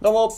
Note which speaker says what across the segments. Speaker 1: どうも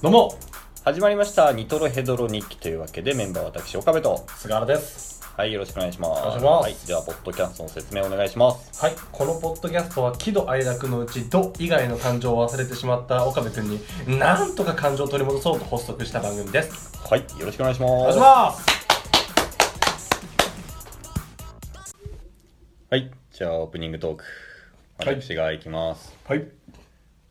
Speaker 2: どうも
Speaker 1: 始まりました「ニトロヘドロ日記」というわけでメンバーは私岡部と
Speaker 2: 菅原です
Speaker 1: はいよろしくお願いします
Speaker 2: お願いします
Speaker 1: はい、ではポッドキャストの説明お願いします
Speaker 2: はいこのポッドキャストは喜怒哀楽のうち「ど」以外の感情を忘れてしまった岡部君になんとか感情を取り戻そうと発足した番組です
Speaker 1: はいよろしくお願いします
Speaker 2: お願いします
Speaker 1: はいじゃあオープニングトーク
Speaker 2: はい
Speaker 1: 私がいきます、
Speaker 2: はい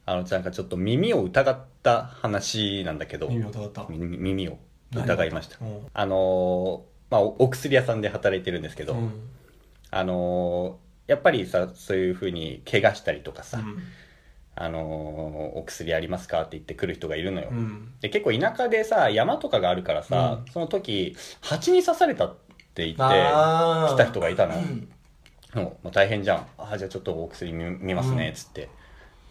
Speaker 1: あのなんかちょっと耳を疑った話なんだけど
Speaker 2: 耳を疑った
Speaker 1: 耳耳を疑いました
Speaker 2: うん
Speaker 1: あのーまあおお薬屋さんで働いてるんですけど、
Speaker 2: うん
Speaker 1: あのーやっぱりさそういうふうに怪我したりとかさ、あのーお薬ありますかって言ってくる人がいるのよ、
Speaker 2: うん
Speaker 1: で結構田舎でさ山とかがあるからさ、
Speaker 2: うん
Speaker 1: その時蜂に刺されたって言って
Speaker 2: あー
Speaker 1: 来た人がいたの、
Speaker 2: うん
Speaker 1: もう大変じゃんあーじゃあちょっとお薬見見ますね
Speaker 2: う
Speaker 1: っ
Speaker 2: ん
Speaker 1: つって、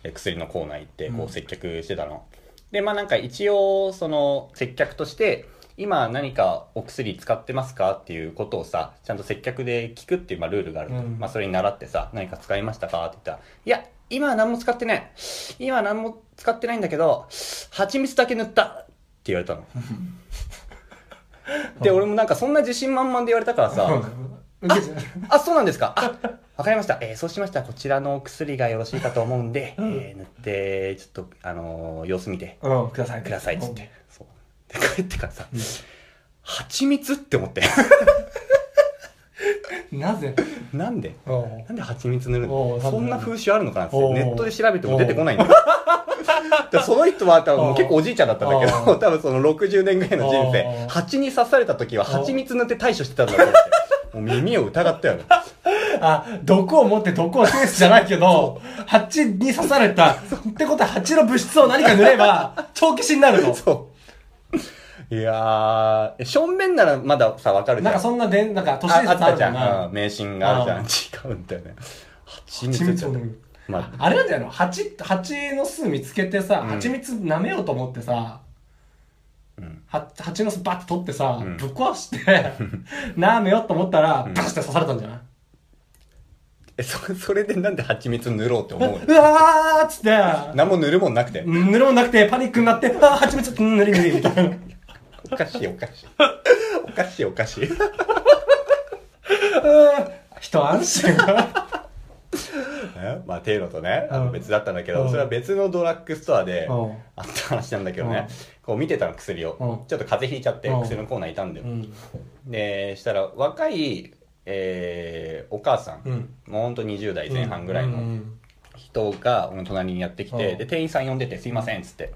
Speaker 1: で薬のコーナー行ってこ
Speaker 2: うん
Speaker 1: う接客してたの、でまあなんか一応その接客として今何かお薬使ってますかっていうことをさちゃんと接客で聞くっていう、まあ、ルールがあると、
Speaker 2: うん
Speaker 1: まあ、それに習ってさ何か使いましたかって言ったら「いや今は何も使ってない今は何も使ってないんだけど蜂蜜だけ塗った」って言われたので俺もなんかそんな自信満々で言われたからさ、
Speaker 2: うん受けて
Speaker 1: あ、そうなんですか。あ、わかりました。えーそうしましたら、こちらのお薬がよろしいかと思うんで、
Speaker 2: うん
Speaker 1: えー塗って、ちょっと、あのー様子見て
Speaker 2: うんください
Speaker 1: ください、つって。そう。で、帰ってからさ、蜂蜜って思って。
Speaker 2: なぜ
Speaker 1: なんで
Speaker 2: うん
Speaker 1: なんで蜂蜜塗る
Speaker 2: お
Speaker 1: の
Speaker 2: う
Speaker 1: そんな風習あるのかなって
Speaker 2: おう
Speaker 1: ネットで調べても出てこないん だよ。でその人は多
Speaker 2: おう
Speaker 1: 分結構おじいちゃんだったんだけ
Speaker 2: お
Speaker 1: ど、多分その60年ぐらいの人
Speaker 2: お
Speaker 1: 生
Speaker 2: う、
Speaker 1: 蜂に刺された時は蜂蜜塗って対処してたんだと 思って。もう耳を疑ったよね。
Speaker 2: あ毒を持って毒を制すじゃないけど蜂に刺されたってことは蜂の物質を何か塗れば長期死になるの
Speaker 1: そう。いやー、正面ならまださ、わかるじゃ
Speaker 2: なん
Speaker 1: ん。
Speaker 2: かそんなでんなんか都市伝
Speaker 1: ああっ
Speaker 2: 説あ
Speaker 1: た
Speaker 2: る
Speaker 1: じ
Speaker 2: じゃ
Speaker 1: ゃ。
Speaker 2: なん
Speaker 1: うん迷信があ
Speaker 2: あ
Speaker 1: るじゃん。違うんだよね。蜂
Speaker 2: 蜂
Speaker 1: 蜜
Speaker 2: 蜜を飲む
Speaker 1: まあ、
Speaker 2: あれなんじゃないの蜂蜂の巣見つけてさ、
Speaker 1: うん
Speaker 2: 蜂蜜舐めようと思ってさ
Speaker 1: うん。
Speaker 2: は蜂の巣バッて取ってさ、
Speaker 1: うん
Speaker 2: ぶっ壊して 舐めようと思ったら、バシッて刺されたんじゃない
Speaker 1: え、そ、それでなんで蜂蜜塗ろうって思う
Speaker 2: う
Speaker 1: の
Speaker 2: わーっつって
Speaker 1: 何も塗るもんなくて。
Speaker 2: うん塗るもんなくてパニックになってあー蜂蜜うん塗り塗りみたいな
Speaker 1: おかしいおかしい。おかしいおかしい。
Speaker 2: うん人安心が
Speaker 1: えまあ、っていうのとね、あの
Speaker 2: うん
Speaker 1: 別だったんだけ
Speaker 2: う
Speaker 1: ど、
Speaker 2: ん
Speaker 1: それは別のドラッグストアで
Speaker 2: うん
Speaker 1: あった話なんだけどね
Speaker 2: うん、
Speaker 1: こう見てたの薬を。ちょ
Speaker 2: うん
Speaker 1: っと風邪ひいちゃって、
Speaker 2: うん
Speaker 1: 薬のコーナーいたんだよ
Speaker 2: う。ん
Speaker 1: でしたら若い、えーお母さん、
Speaker 2: うん
Speaker 1: もうほんと20代前半ぐらい
Speaker 2: うんう
Speaker 1: の
Speaker 2: ん
Speaker 1: 人が俺の隣にやってきて、
Speaker 2: うん
Speaker 1: で店員さん呼んでて「すいません」っつって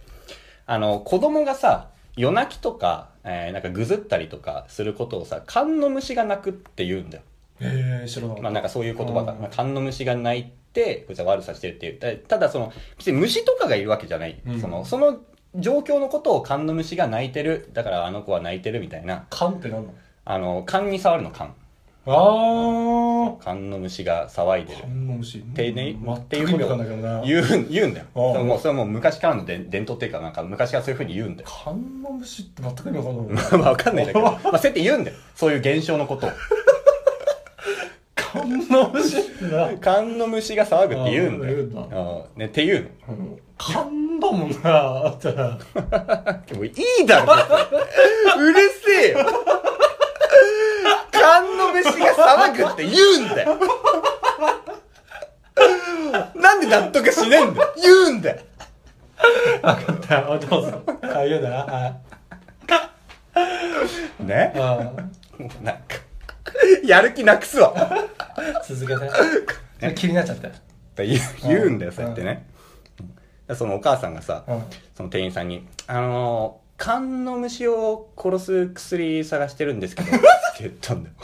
Speaker 1: あの子供がさ夜泣きとか,、えーなんかぐずったりとかすることをさ勘の虫が泣くって言うんだよ、
Speaker 2: へえ知らなかった、
Speaker 1: まあ、なんかそういう言葉が、
Speaker 2: うん
Speaker 1: まあ勘の虫が泣いてこいつは悪さしてるって言うたただその別に虫とかがいるわけじゃない、
Speaker 2: うん
Speaker 1: そのその状況のことを勘の虫が泣いてるだからあの子は泣いてるみたいな
Speaker 2: 缶ってなんの
Speaker 1: あの勘に触るの勘
Speaker 2: あ
Speaker 1: 缶の虫が騒いで
Speaker 2: あ
Speaker 1: る
Speaker 2: 缶の虫
Speaker 1: 丁寧にって
Speaker 2: 全
Speaker 1: いう
Speaker 2: く
Speaker 1: こ
Speaker 2: 意味
Speaker 1: と
Speaker 2: わか
Speaker 1: を
Speaker 2: んないけどな
Speaker 1: 言う言うんだよ
Speaker 2: ああ
Speaker 1: それもうそれはもう昔からの伝伝統っていうかなんか昔からそういうふうに言うんだよ
Speaker 2: 観音節って全く意味わかんない。
Speaker 1: まあわかんないんだけど、まあ、そうやって言うんだよそういう現象の ことを
Speaker 2: 観音節ってな。
Speaker 1: 缶の虫が騒ぐって言うんだ
Speaker 2: ああ
Speaker 1: よ
Speaker 2: 言うんだ
Speaker 1: ああね、っていうの
Speaker 2: 観音もな、あったら。
Speaker 1: でもいいだろ別に うるせえよ缶の飯が騒ぐって言うんだよなんで納得しねえんだよ言うんだよ
Speaker 2: 分かった、お父さん。ああ、言うな。はい
Speaker 1: ね
Speaker 2: あ
Speaker 1: もうなんかやる気なくすわ
Speaker 2: あ、続けて。それ気になっちゃった。
Speaker 1: って言う言うんだよ、
Speaker 2: うん
Speaker 1: そうやってね。そのお母さんがさ、
Speaker 2: うん
Speaker 1: その店員さんに、あのー、缶の虫を殺す薬探してるんです けど、って言ったんだよ。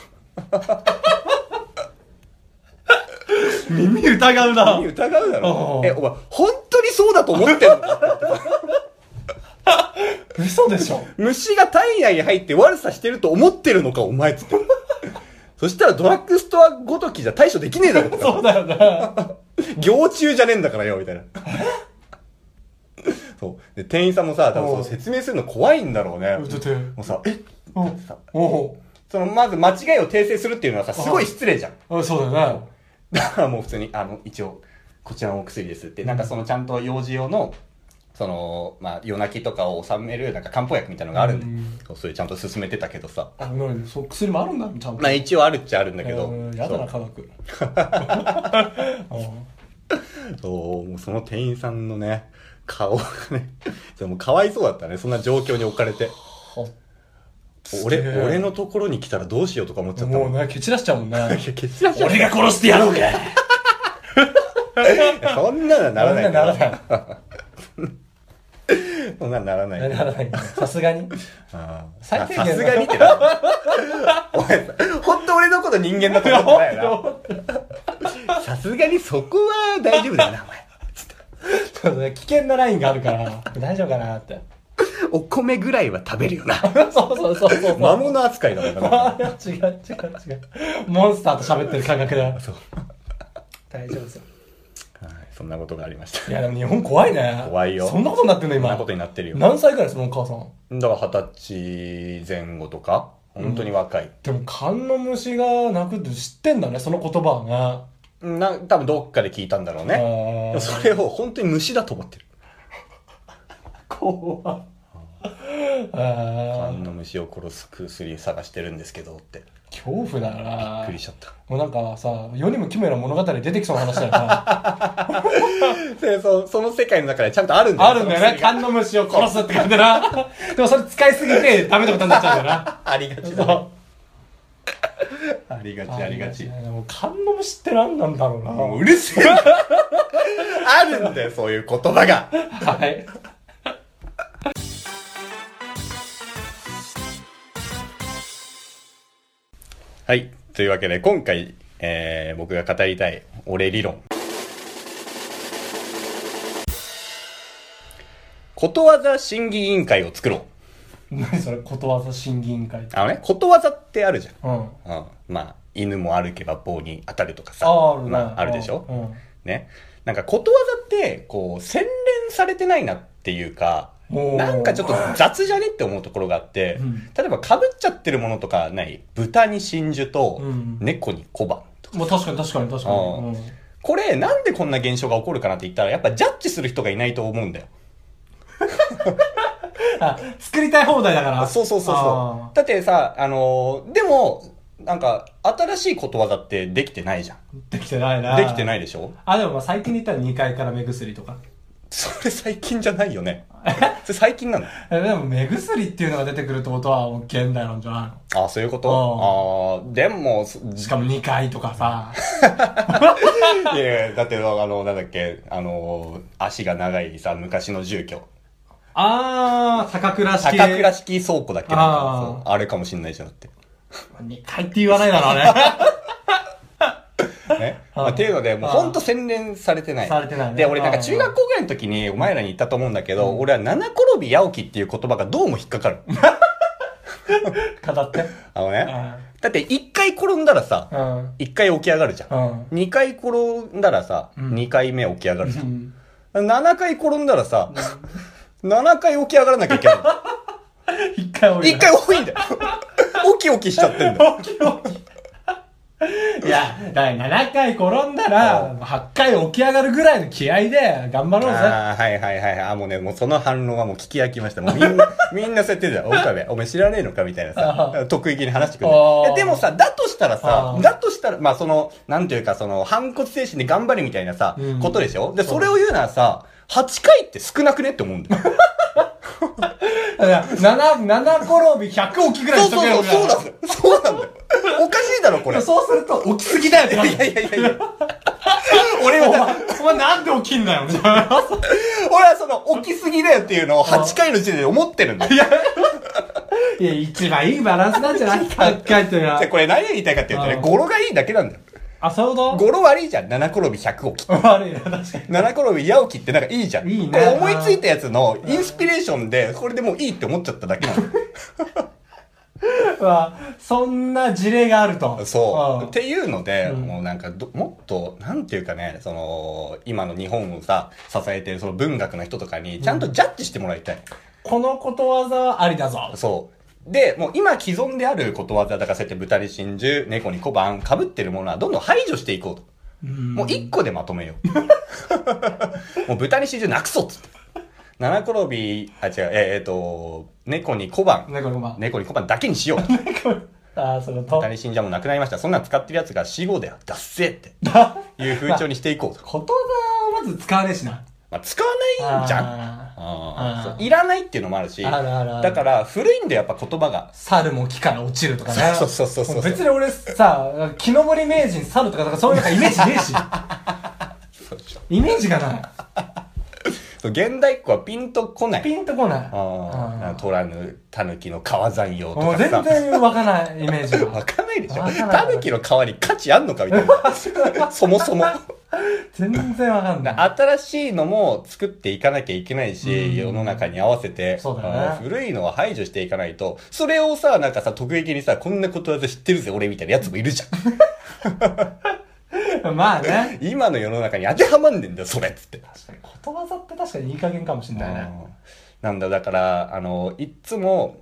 Speaker 2: 耳疑うな
Speaker 1: 何疑うだろ
Speaker 2: うん
Speaker 1: え、お前、本当にそうだと思ってんの
Speaker 2: 嘘でしょ。
Speaker 1: 虫が体内に入って悪さしてると思ってるのか、お前っつって。そしたらドラッグストアごときじゃ対処できねえだろ、とか
Speaker 2: そうだよな。
Speaker 1: 行中じゃねえんだからよ、みたいな。 そう。で、店員さんもさ、多分その説明するの怖いんだろうね。
Speaker 2: ちょっと
Speaker 1: もうさ、え
Speaker 2: うん
Speaker 1: さ
Speaker 2: お
Speaker 1: その、まず間違いを訂正するっていうのはさ、すごい失礼じゃん。
Speaker 2: お。あそうだよな。
Speaker 1: だからもう普通に、あの、一応、こちらのお薬ですって、なんかそのちゃんと用事用の、その、まあ、夜泣きとかを収める、なんか漢方薬みたいなのがあるんで、
Speaker 2: うん
Speaker 1: そうそれちゃんと進めてたけどさ。
Speaker 2: あなそう薬もあるんだちゃんと
Speaker 1: まあ、一応あるっちゃあるんだけど
Speaker 2: えー、やだな
Speaker 1: そ
Speaker 2: 科学
Speaker 1: うそうもうその店員さんのね、顔がね、そうもうかわいそうだったね、そんな状況に置かれて。俺、俺のところに来たらどうしようとか思っちゃった
Speaker 2: も
Speaker 1: も。
Speaker 2: うんね蹴散らしちゃうも んね
Speaker 1: いや決断しちゃう
Speaker 2: 俺が殺してやろうが
Speaker 1: そんなのはならない
Speaker 2: そんなならない
Speaker 1: そんなのならない
Speaker 2: ならないさすがに
Speaker 1: あー
Speaker 2: 最
Speaker 1: さ
Speaker 2: 低
Speaker 1: す
Speaker 2: 限の
Speaker 1: がにって なお前本当俺のこと人間だと思ってないよなさすがにそこは大丈夫だよなお前
Speaker 2: ちょっとね危険なラインがあるから大丈夫かなって
Speaker 1: お米ぐらいは食べるよな
Speaker 2: そうそうそうそう
Speaker 1: 魔物扱いだもんな
Speaker 2: あ 違う違う違うモンスターと喋ってる感覚だ
Speaker 1: そう
Speaker 2: 大丈夫ですよ
Speaker 1: はいそんなことがありました
Speaker 2: いやでも日本怖いね
Speaker 1: 怖いよ
Speaker 2: そんなことになってんの
Speaker 1: そん
Speaker 2: 今
Speaker 1: なことになってるよだか
Speaker 2: 何歳ぐらいですもん母さん
Speaker 1: ら二十歳前後とか本当に若い、
Speaker 2: でも勘の虫が鳴くって知ってんだねその言葉は
Speaker 1: な多分どっかで聞いたんだろう
Speaker 2: ね
Speaker 1: ねでもそれを本当に虫だと思ってる
Speaker 2: 怖いあ
Speaker 1: あ
Speaker 2: ー
Speaker 1: の虫を殺す薬探してるんですけどってび
Speaker 2: 恐怖だよ
Speaker 1: っ
Speaker 2: な
Speaker 1: くりしちゃった
Speaker 2: もうなんかさ世にも奇妙な物語出てきそうな話だよな
Speaker 1: でそその世界の中でちゃんとあるんだよ
Speaker 2: あるんだよね勘の虫を殺すって感じだな でもそれ使いすぎてダメなことになっちゃうんだよな
Speaker 1: ありがちだね
Speaker 2: そ
Speaker 1: ありが
Speaker 2: う
Speaker 1: ちありがち
Speaker 2: あもう勘の虫って何なんだろうな
Speaker 1: もううるせえある んだよそういう言葉が
Speaker 2: はい。
Speaker 1: はいというわけで今回、えー、僕が語りたい俺理論ことわざ審議委員会を作ろう
Speaker 2: 何それ、ことわざ審議委員会って。
Speaker 1: あのねことわざってあるじゃん
Speaker 2: うん。あ
Speaker 1: うん、まあ犬も歩けば棒に当たるとかさ
Speaker 2: あ、あるね
Speaker 1: まあ、あるでしょ、
Speaker 2: うん。
Speaker 1: ねなんかことわざってこう洗練されてないなっていうか
Speaker 2: おー
Speaker 1: なんかちょっと雑じゃねって思うところがあって、
Speaker 2: うん
Speaker 1: 例えばかぶっちゃってるものとかない豚に真珠と
Speaker 2: うん
Speaker 1: 猫に小判とか
Speaker 2: まあ確かに確かに確かに。
Speaker 1: うん
Speaker 2: うん
Speaker 1: これなんでこんな現象が起こるかなって言ったらやっぱジャッジする人がいないと思うんだよ
Speaker 2: あ、作りたい放題だから。
Speaker 1: そうそうそうそ
Speaker 2: あ
Speaker 1: うだってさあのーでもなんか新しいことわざってできてないじゃん
Speaker 2: ーできてないな。。
Speaker 1: できてないいでしょ
Speaker 2: あ、でもまあ最近で言ったら2階から目薬とか。
Speaker 1: それ最近じゃないよ ね。それ最近なの
Speaker 2: えでも目薬っていうのが出てくるってことはもう現代なんじゃないの
Speaker 1: あそういうことああー、でも、そ
Speaker 2: しかも2階とかさ。
Speaker 1: いやいやだって、あの、なんだっけ、あの、足が長いさ、昔の住居。
Speaker 2: あー、坂倉式。
Speaker 1: 高倉式倉庫だっけなんか
Speaker 2: あー
Speaker 1: そうあれかもしんないじゃんだ って。
Speaker 2: 2階って言わないだろうね。
Speaker 1: ね。まあ、
Speaker 2: あー
Speaker 1: っていうので、もう
Speaker 2: あー
Speaker 1: ほんと洗練されてない。
Speaker 2: されてないね
Speaker 1: で、俺なんか
Speaker 2: あー
Speaker 1: 中学校ぐらいの時にお前らに言ったと思うんだけど、俺は七転び八起きっていう言葉がどうも引っかかる。
Speaker 2: 語って。
Speaker 1: あの
Speaker 2: う
Speaker 1: ね。
Speaker 2: ん
Speaker 1: だって一回転んだらさ、
Speaker 2: うん。
Speaker 1: 一回起き上がるじゃん。
Speaker 2: うん。
Speaker 1: 二回転んだらさ、
Speaker 2: うん
Speaker 1: 二回目起き上がるじゃ。
Speaker 2: うんん
Speaker 1: 7回転んだらさ、7回起き上がらなきゃいけない。
Speaker 2: 一回多いな
Speaker 1: 1回多いんだ よ。起き起きしちゃってんだよ。
Speaker 2: いや、だから7回転んだら、8回起き上がるぐらいの気合で頑張ろうぜ。
Speaker 1: ああ、はいはいはいはい。あ、もうね、もうその反論はもう聞き飽きました。もうみ んな、みんなそうやってるじゃん。岡部、お前知らねえのかみたいな
Speaker 2: あ
Speaker 1: さ、得意気に話してくる。い
Speaker 2: あー
Speaker 1: やでもさ、だとしたらさ
Speaker 2: あ、ー
Speaker 1: だとしたら、まあその、なんていうか、その、反骨精神で頑張れみたいなさ
Speaker 2: う、ん
Speaker 1: ことでしょで、それを言うならさ、8回って少なくねって思うん だよ。
Speaker 2: だから7、7転び100起きぐらい
Speaker 1: そ
Speaker 2: に
Speaker 1: う
Speaker 2: しと
Speaker 1: そう
Speaker 2: け
Speaker 1: そ
Speaker 2: よ
Speaker 1: う、そうなんだよ。そうなんだよ。おかしいだろ、これ。い
Speaker 2: そうすると、起きすぎだよってなる
Speaker 1: やいやいやい や。俺は
Speaker 2: お前、お前なんで起きんだよ、みたいな。
Speaker 1: 俺はその、起きすぎだよっていうのを8回の時点で思ってるんだよ。
Speaker 2: いや、一番いいバランスなんじゃない ?8 回っていうのは
Speaker 1: で。これ何が言いたいかっていうとね
Speaker 2: う、ん
Speaker 1: 語呂がいいだけなんだよ。
Speaker 2: あ、そういうこ
Speaker 1: 語呂悪いじゃん。7転び100起き。
Speaker 2: と悪いな、確かに。
Speaker 1: 7転び8起きってなんかいいじゃん。
Speaker 2: いいね
Speaker 1: これ思いついたやつのインスピレーションで、これでもういいって思っちゃっただけな
Speaker 2: まあ、そんな事例があると。
Speaker 1: の。そう。
Speaker 2: ん
Speaker 1: っていうので、
Speaker 2: うん
Speaker 1: もうなんかど、もっと、なんていうかね、その、今の日本をさ、支えてるその文学の人とかに、ちゃんとジャッジしてもらいたい。
Speaker 2: このことわざはありだぞ。
Speaker 1: そう。で、もう今既存であることわざだからそうやって豚に真珠、猫に小判、被ってるものはどんどん排除していこうと。
Speaker 2: うん
Speaker 1: もう一個でまとめよう。もう豚に真珠なくそうっつって。七転び、あ、違う、えーえーと、猫に小判、
Speaker 2: 猫のま
Speaker 1: 猫に小判だけに しよう。
Speaker 2: ああ、そのと
Speaker 1: 二。人信者もなくなりました。そんなん使ってるやつが死後で、脱せって
Speaker 2: だ
Speaker 1: いう風潮にしていこうと。
Speaker 2: 言葉をまず使わねえしな。
Speaker 1: まあ、使わないんじゃん。
Speaker 2: あ
Speaker 1: あ
Speaker 2: あー
Speaker 1: ーそういらないっていうのもあるし、
Speaker 2: あるあるある
Speaker 1: だから古いんだよ、やっぱ言葉が。
Speaker 2: 猿も木から落ちるとかね。
Speaker 1: そうそうそうそうそう
Speaker 2: 別に俺さ、木登り名人猿とか、そういうのがイメージねえし。
Speaker 1: そうでしょ
Speaker 2: イメージがな。
Speaker 1: そう現代っ子はピンとこないい。
Speaker 2: ピンとこない。
Speaker 1: あ
Speaker 2: うん
Speaker 1: あ、なんか取らぬ、タヌキの川山用と
Speaker 2: もう
Speaker 1: か
Speaker 2: 全
Speaker 1: さ。
Speaker 2: 然わかんないイメージ
Speaker 1: わ
Speaker 2: が。
Speaker 1: かんないでしょ
Speaker 2: わかんない
Speaker 1: タヌキの皮に価値あんのかみたい な。そもそも。
Speaker 2: 全然わかんない。
Speaker 1: 新しいのも作っていかなきゃいけないし、
Speaker 2: うん
Speaker 1: 世の中に合わせて、
Speaker 2: そうだね
Speaker 1: あの古いのは排除していかないと、それをさ、なんかさ、特撃にさ、こんなことわざ知ってるぜ、俺みたいなやつもいるじ ゃん。
Speaker 2: まあね。
Speaker 1: 今の世の中に当てはまんねんだよ、それっつって。
Speaker 2: 確かに、ことわざって確かにいい加減かもしれないね。
Speaker 1: うんなんだ、だから、あの、いっつも、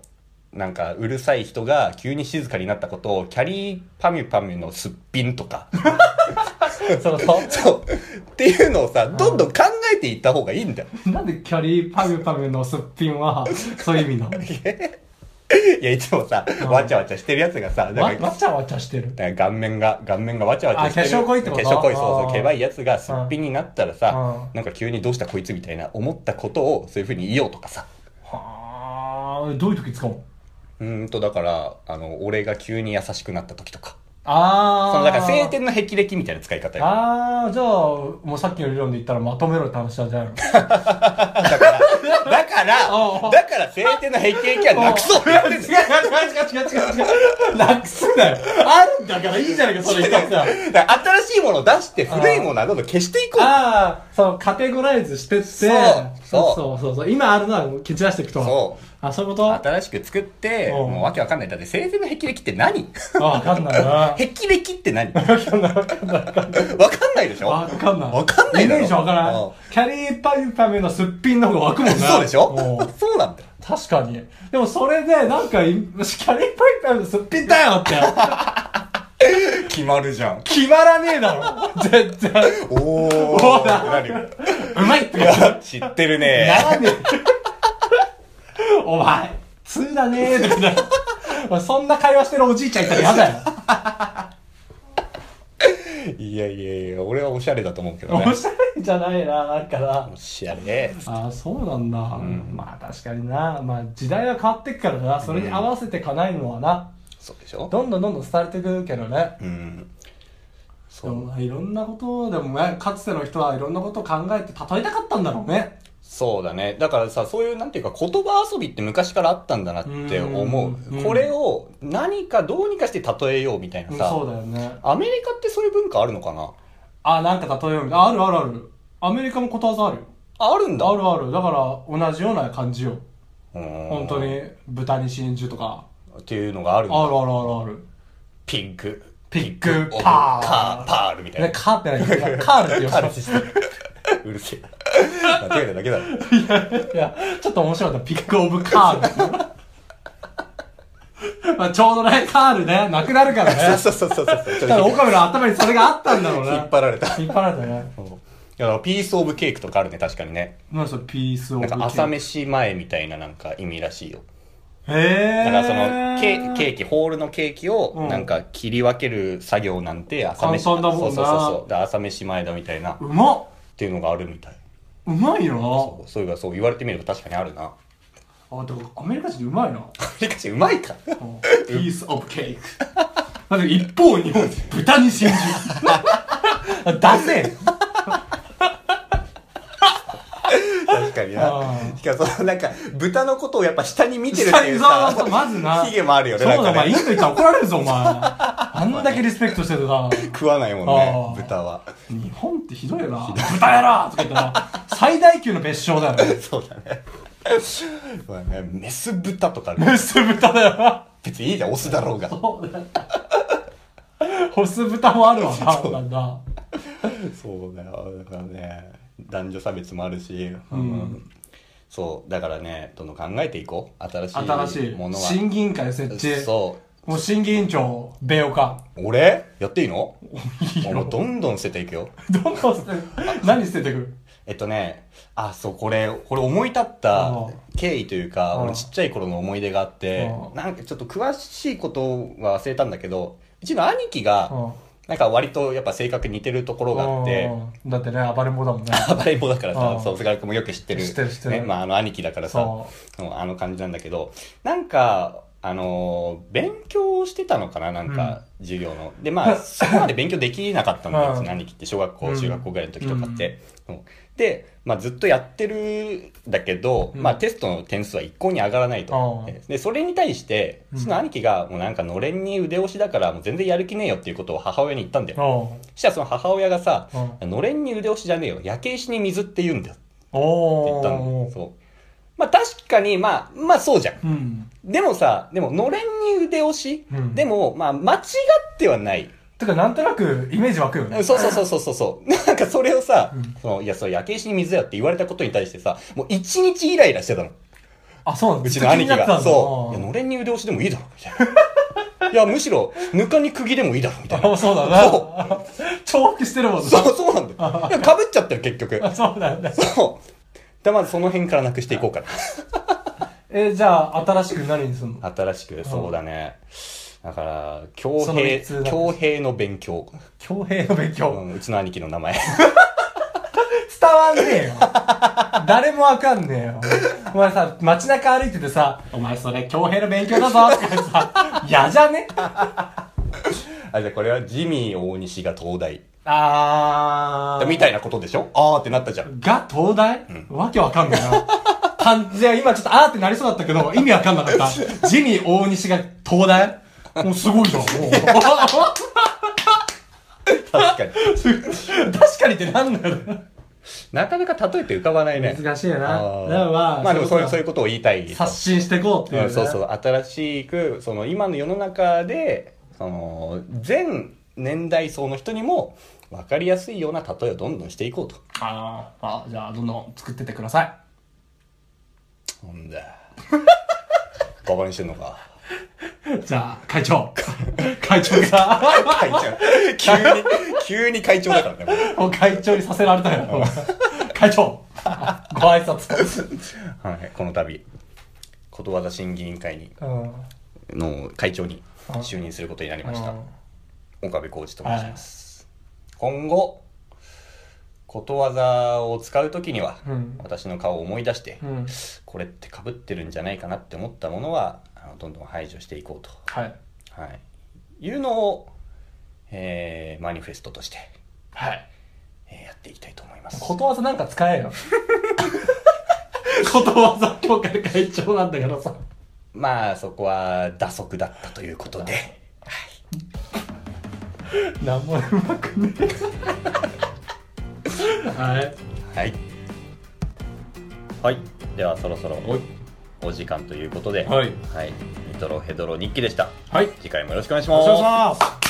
Speaker 1: なんか、うるさい人が急に静かになったことを、キャリーパミュパミュのすっぴんとか、
Speaker 2: そうそ
Speaker 1: そう。っていうのをさ、どんどん考えていった方がいいんだよ。
Speaker 2: う。なんでキャリーパミュパミュのすっぴんは、そういう意味なの
Speaker 1: いや、いつもさ、わちゃわちゃしてるやつがさ、な
Speaker 2: わ
Speaker 1: んか、
Speaker 2: わちゃわちゃしてる。
Speaker 1: なんか顔面が、顔面がわちゃわちゃしてる。
Speaker 2: あ化粧濃いってこと
Speaker 1: 化粧濃い、そう
Speaker 2: あ
Speaker 1: そう、
Speaker 2: ー
Speaker 1: けばいやつがすっぴんになったらさ、
Speaker 2: う
Speaker 1: なんか急にどうしたこいつみたいな思ったことを、そういう風に言おうとかさ。
Speaker 2: はあ、どういう時使うの
Speaker 1: うーんと、だから、あの、俺が急に優しくなった時とか。
Speaker 2: ああ。
Speaker 1: その、だから、晴天の霹靂みたいな使い方よ。
Speaker 2: ああ、じゃあ、もうさっきの理論で言ったらまとめろって話なんじゃないの
Speaker 1: だから、だから
Speaker 2: おうお、う
Speaker 1: だから、晴天の霹靂はなくそうっ て
Speaker 2: 違
Speaker 1: 言ってん
Speaker 2: う違う違
Speaker 1: だよ
Speaker 2: う違う違う違う。なくすなよ。あるんだからいいじゃないか、それ一つは。
Speaker 1: だから新しいものを出して、古いものはどんどん消していこう。
Speaker 2: ああ、そう、カテゴライズしてって、
Speaker 1: そう
Speaker 2: そ
Speaker 1: そう
Speaker 2: うそうそうそう今あるのは蹴散らしていくと。
Speaker 1: そう
Speaker 2: あ、そういうことあ
Speaker 1: 新しく作って、
Speaker 2: うん
Speaker 1: もうわけわかんない。だって、生前の霹靂って何
Speaker 2: わかんないな。わ
Speaker 1: 霹靂って何わ
Speaker 2: かんない わかんないわかんない。
Speaker 1: かんないでしょ
Speaker 2: わかんない。
Speaker 1: わかんない
Speaker 2: イ
Speaker 1: だ
Speaker 2: メ
Speaker 1: ろ
Speaker 2: ージわから
Speaker 1: うん
Speaker 2: ん。キャリーパミュパミュのすっぴんの方が湧くもんな。
Speaker 1: そうでし
Speaker 2: うん
Speaker 1: ょそうなんだよ。
Speaker 2: 確かに。でもそれで、なんか、いキャリーパイパイのすっぴんだよって。
Speaker 1: 決まるじ ゃん。
Speaker 2: 決まらねえだろ。全然。
Speaker 1: おー。
Speaker 2: そうだ
Speaker 1: なるよ。
Speaker 2: うまいって
Speaker 1: いや知ってるね。
Speaker 2: ならねえ。お前、通だねえってな。お前そんな会話してるおじいちゃんいたらやだよ。
Speaker 1: いやいやいや、俺はおしゃれだと思うけどね
Speaker 2: お。しゃれじゃないな、なんかな
Speaker 1: お。しゃれ。
Speaker 2: ああ、そうなんだ。まあ確かにな。まあ時代は変わってくからな。それに合わせてかないのはな。
Speaker 1: そうでしょ
Speaker 2: どんどんどんどん廃れてくけどね。
Speaker 1: うん。そ
Speaker 2: でも
Speaker 1: う。
Speaker 2: まあいろんなことでもねかつての人はいろんなことを考えて例えたかったんだろうね
Speaker 1: そうだね。だからさ、そういう、なんていうか、言葉遊びって昔からあったんだなって思
Speaker 2: うんうん
Speaker 1: う。これを何かどうにかして例えようみたいな
Speaker 2: うん
Speaker 1: さ。
Speaker 2: そうだよね
Speaker 1: アメリカってそういう文化あるのかな
Speaker 2: あなんか例えようみたいああるあるあるアメリカもことわざあるよ
Speaker 1: ああるんだ。
Speaker 2: あるあるだから同じような感じよ
Speaker 1: 本
Speaker 2: 本当。に豚に真珠とか
Speaker 1: っていうのがあるんだ。
Speaker 2: あるあるあるある
Speaker 1: ピンク。
Speaker 2: ピッ
Speaker 1: ピン
Speaker 2: ク
Speaker 1: クオブ
Speaker 2: パ
Speaker 1: カ
Speaker 2: ー
Speaker 1: ー、パールみたい
Speaker 2: ね
Speaker 1: な。
Speaker 2: カーって ないカールって言われ
Speaker 1: 彼氏してる うるせえ。間違えただけだろ。
Speaker 2: いやちょっと面白かったピックオブカール まあちょうどねカールねなくなるからね
Speaker 1: そうそうそうそうそう。ち
Speaker 2: だ
Speaker 1: ょっと
Speaker 2: から岡部の頭にそれがあったんだろうね
Speaker 1: 引っ張られた。
Speaker 2: 引っ張られたね
Speaker 1: うんいやピースオブケーキとかあるね、確かにね。
Speaker 2: 何それピースオ
Speaker 1: な
Speaker 2: ブ
Speaker 1: んか朝飯前みたいななんか意味らしいよ。
Speaker 2: へえ
Speaker 1: だからそのケーケーキ、ホールのケーキ
Speaker 2: う
Speaker 1: を
Speaker 2: ん
Speaker 1: なんか切り分ける作業なんて朝飯。
Speaker 2: 簡単だも
Speaker 1: そ
Speaker 2: んな
Speaker 1: うそうそうそう。で朝飯前だみたいな。っ
Speaker 2: うまって
Speaker 1: いうのがあるみたい。
Speaker 2: うまいなあ
Speaker 1: そうそういえばそう言われてみれば確かにあるな。
Speaker 2: だからアメリカ人うまいな
Speaker 1: アメリカ 人うまいか
Speaker 2: ピースオブケークだって一方日本豚に真 珠ダセえ
Speaker 1: 確かにな
Speaker 2: う。
Speaker 1: しかもそのなんか、豚のことをやっぱ下に見てるっていうさ
Speaker 2: 下に、まずな
Speaker 1: ヒゲもあるよね、
Speaker 2: そうだ
Speaker 1: な
Speaker 2: お
Speaker 1: んか
Speaker 2: 前イ
Speaker 1: ね。
Speaker 2: ンド行ったら怒られるぞお前あんだけリスペクトしてるな
Speaker 1: 食わないもん
Speaker 2: あ
Speaker 1: ね
Speaker 2: ー、
Speaker 1: 豚は。
Speaker 2: 日本ってひどいよな豚野郎とか言ったら最大級の別称だよ
Speaker 1: そうだね。そうだね、 メス豚とかね、
Speaker 2: メス豚だよな
Speaker 1: 別にいいじゃん、オスだろう が。
Speaker 2: ホス豚もあるわななんだ
Speaker 1: そうだよ、だからね、男女差別もあるし、
Speaker 2: うん
Speaker 1: うんそう、だからね、どんどん考えていこう。新
Speaker 2: 新
Speaker 1: し
Speaker 2: し
Speaker 1: い
Speaker 2: い
Speaker 1: ものは。
Speaker 2: 審議委員会設置
Speaker 1: そう。
Speaker 2: もう審議委員長、米岡。
Speaker 1: 俺やっていいの
Speaker 2: いいよ
Speaker 1: 俺どんどん捨てていくよ。
Speaker 2: どんどん捨て、何捨ててく
Speaker 1: えっとね、あ、そう、これ、これ思い立った
Speaker 2: うん
Speaker 1: 経緯というか、
Speaker 2: うん
Speaker 1: 俺ちっちゃい頃の思い出があって
Speaker 2: う、ん
Speaker 1: なんかちょっと詳しいことは忘れたんだけど、うちの兄貴
Speaker 2: う
Speaker 1: が、
Speaker 2: ん
Speaker 1: なんか割とやっぱ性格似てるところがあって、
Speaker 2: うんだってね暴れん坊だもんね
Speaker 1: 暴れん坊だから
Speaker 2: う
Speaker 1: さ
Speaker 2: ん、
Speaker 1: そう、菅原君もよく知ってる。
Speaker 2: 知ってる知ってる
Speaker 1: ね、まあ、あの兄貴だからさ、
Speaker 2: そ
Speaker 1: うんあの感じなんだけど、なんか、あのー勉強してたのかななんか、授業の。で、 まあ、そこまで勉強できなかったんだよ、
Speaker 2: うん
Speaker 1: 別に兄貴って、小学
Speaker 2: う
Speaker 1: 校、
Speaker 2: ん
Speaker 1: 中学校ぐらいの時とかって。うんで、まあ、ずっとやってるんだけど、
Speaker 2: うん
Speaker 1: まあ、テストの点数は一向に上がらないと
Speaker 2: うん。
Speaker 1: で、それに対して、うちの兄貴が、もうなんか、のれんに腕押しだから、もう全然やる気ねえよっていうことを母親に言ったんだよ。
Speaker 2: おう
Speaker 1: そしたらその母親がさ、のれんに腕押しじゃねえよ。焼け石に水って言うんだよ。って言
Speaker 2: お
Speaker 1: ったの。
Speaker 2: う
Speaker 1: そう。まあ確かに、まあ、まあそうじゃん。
Speaker 2: うん
Speaker 1: でもさ、でも、のれんに腕押し、
Speaker 2: うん
Speaker 1: でも、まあ間違ってはない。
Speaker 2: てかなんとなくイメージ湧くよね
Speaker 1: そうそうそうそうそうそう。 なんかそれをさ、
Speaker 2: うん
Speaker 1: そのいや、それ焼け石に水だよって言われたことに対してさ、もう一日イライラしてたの。
Speaker 2: あそうなん
Speaker 1: う
Speaker 2: だ
Speaker 1: ちの兄貴
Speaker 2: ずっと気にな
Speaker 1: が。
Speaker 2: ってたんだ
Speaker 1: そう。い
Speaker 2: う
Speaker 1: や、
Speaker 2: ん
Speaker 1: のれんに腕押しでもいいだろ、みたいな。い や、むしろ、ぬかに釘でもいいだろ、みたいな。
Speaker 2: あそうだ
Speaker 1: そう
Speaker 2: な 重複してるもんな
Speaker 1: そう、そうなんだよ。いや、被っちゃったよ、結局。
Speaker 2: あ そうなんだ
Speaker 1: そう。で、まずその辺からなくしていこうかな。
Speaker 2: えーじゃあ新しく何にすんの
Speaker 1: 新しく、そうだね。だから、強
Speaker 2: その
Speaker 1: 兵
Speaker 2: 三つ、だ
Speaker 1: 強兵の勉強。
Speaker 2: 強兵の勉強、
Speaker 1: うんうちの兄貴の名前。
Speaker 2: 伝わんねえよ誰もわかんねえよお前さ街中歩いててさ「お前それ強兵の勉強だ ぞ」って言ってさ嫌じゃね
Speaker 1: あ、じゃあこれはジミー大西が東大。
Speaker 2: あー
Speaker 1: みたいなことでしょあーってなったじ ゃん。
Speaker 2: が東大、わけわかんないな。感じで、今ちょっとあーってなりそうだった けど、意味わかんなかった。ジミー大西が東大もうすごい じゃん。もう
Speaker 1: 確かに。
Speaker 2: 確かにってなんだよ。
Speaker 1: なかなか例えて浮かばないね。
Speaker 2: 難しいな。だ
Speaker 1: あ
Speaker 2: か
Speaker 1: ー
Speaker 2: らまあ、
Speaker 1: まあでもそういう、
Speaker 2: そ
Speaker 1: そうういう
Speaker 2: い
Speaker 1: うことを言いたい。
Speaker 2: ことを発信していこうっていう、
Speaker 1: う
Speaker 2: ね
Speaker 1: ん、そうそう。新しく、その今の世の中で、その、全年代層の人にも分かりやすいような例えをどんどんしていこうと。
Speaker 2: あーあ、じゃあどんどん作ってってください。
Speaker 1: なんだよ。バカにしてんのか。
Speaker 2: じゃあ、会長。会長が、
Speaker 1: 会長。急に、急に会長だからねもう。
Speaker 2: もう 会長にさせられたよ。 会長、 ご挨拶。
Speaker 1: はい、この度、ことわざ審議委員会に、
Speaker 2: うん。
Speaker 1: の会長に
Speaker 2: あ
Speaker 1: 就任することになりました
Speaker 2: う。ん
Speaker 1: 岡部浩二と申します。今後、ことわざを使うときには、
Speaker 2: うん
Speaker 1: 私の顔を思い出して、
Speaker 2: うん。
Speaker 1: これって被ってるんじゃないかなって思ったものは、あのどんどん排除していこうと。
Speaker 2: はい。
Speaker 1: はい。いうのを、えーマニフェストとして、
Speaker 2: はい。
Speaker 1: えーやっていきたいと思います。
Speaker 2: ことわざなんか使えよ。 ことわざ協会会長なんだからさ。
Speaker 1: まあ、そこは、打足だったということで、
Speaker 2: なんもうまくねえ。はい。
Speaker 1: はい。はい。ではそろそろお時間ということで、
Speaker 2: はい
Speaker 1: はい。ニトロヘドロ日記でした。
Speaker 2: はい。
Speaker 1: 次回もよろしくお願いし
Speaker 2: お
Speaker 1: ます。
Speaker 2: 願いします。